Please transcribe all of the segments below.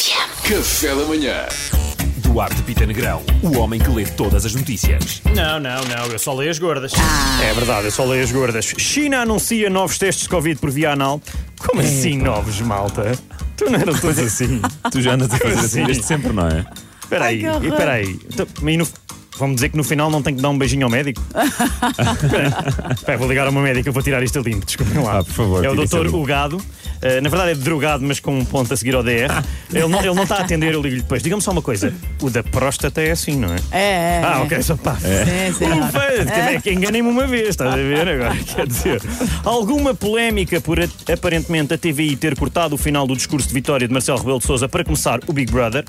Café da manhã. Duarte Pita Negrão, o homem que lê todas as notícias. Não, não, não, eu só leio as gordas. Ah. É verdade, eu só leio as gordas. China anuncia novos testes de Covid por via anal. Como assim novos, malta? Tu não eras todos assim. Tu já andas a fazer assim desde sempre, não é? Espera aí, Ai, que e espera aí. Então, e no- Vamos dizer que no final não tenho que dar um beijinho ao médico? Espera aí. Espera, vou ligar ao meu médico, eu vou tirar isto a limpo, desculpem lá. Ah, por favor, é o tira isso a doutor limpo. Ugado. Eh, na verdade é drogado, mas com um ponto a seguir ao DR. ele, não, ele não está a atender, eu ligo-lhe depois. Diga-me só uma coisa: o da próstata é assim, não é? É, é. Ah, ok, só pá. É. Sim, sim. Ufa, quer dizer, que enganei-me uma vez, estás a ver agora? Quer dizer, alguma polémica por a- aparentemente a TVI ter cortado o final do discurso de vitória de Marcelo Rebelo de Souza para começar o Big Brother?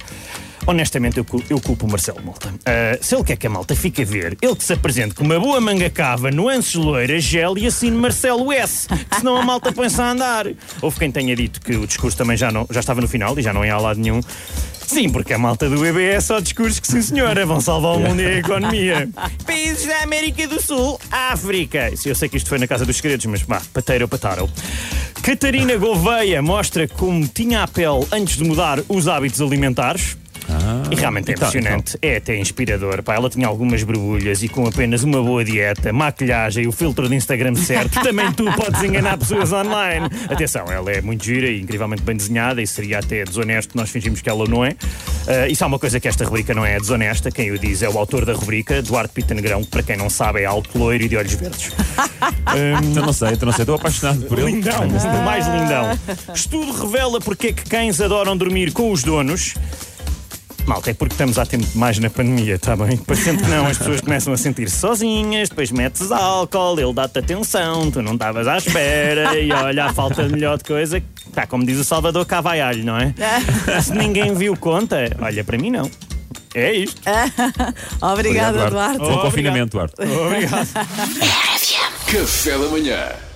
Honestamente, eu, cu- eu culpo o Marcelo Malta. Ah, se ele quer que a malta fique a ver, ele que se apresente com uma boa manga cava, nuances loiras, gel e assine Marcelo S, que senão a malta põe-se a andar. Houve quem tenha dito que o discurso também já, não, já estava no final e já não ia a lado nenhum. Sim, porque a malta do EBS é só discursos que, sim senhora, vão salvar o mundo e a economia. Países da América do Sul, África. Eu sei que isto foi na Casa dos Segredos, mas vá, pateiro pataram. Catarina Gouveia mostra como tinha a pele antes de mudar os hábitos alimentares. E realmente é Então, impressionante, é até inspirador. Pá, ela tinha algumas borbulhas e com apenas uma boa dieta, maquilhagem, o filtro de Instagram certo, também tu podes enganar pessoas online. Atenção, ela é muito gira e incrivelmente bem desenhada e seria até desonesto nós fingimos que ela não é. Ah, e se há uma coisa que esta rubrica não é desonesta, quem o diz é o autor da rubrica, Duarte Pita Negrão, que para quem não sabe é alto, loiro e de olhos verdes. Eu não sei, eu não sei, estou apaixonado por ele. Lindão, do é mais lindão. Estudo revela porque é que cães adoram dormir com os donos. Malta, é porque estamos há tempo demais na pandemia, está bem? Para sempre não, as pessoas começam a sentir se sozinhas, depois metes álcool, ele dá-te atenção, tu não estavas à espera e olha, a falta de melhor de coisa, tá como diz o Salvador, cá vai alho, não é? Se ninguém viu conta, olha, para mim não. É isto. Obrigada, Eduardo. Bom Obrigado. confinamento, Duarte. Obrigado. Café da manhã.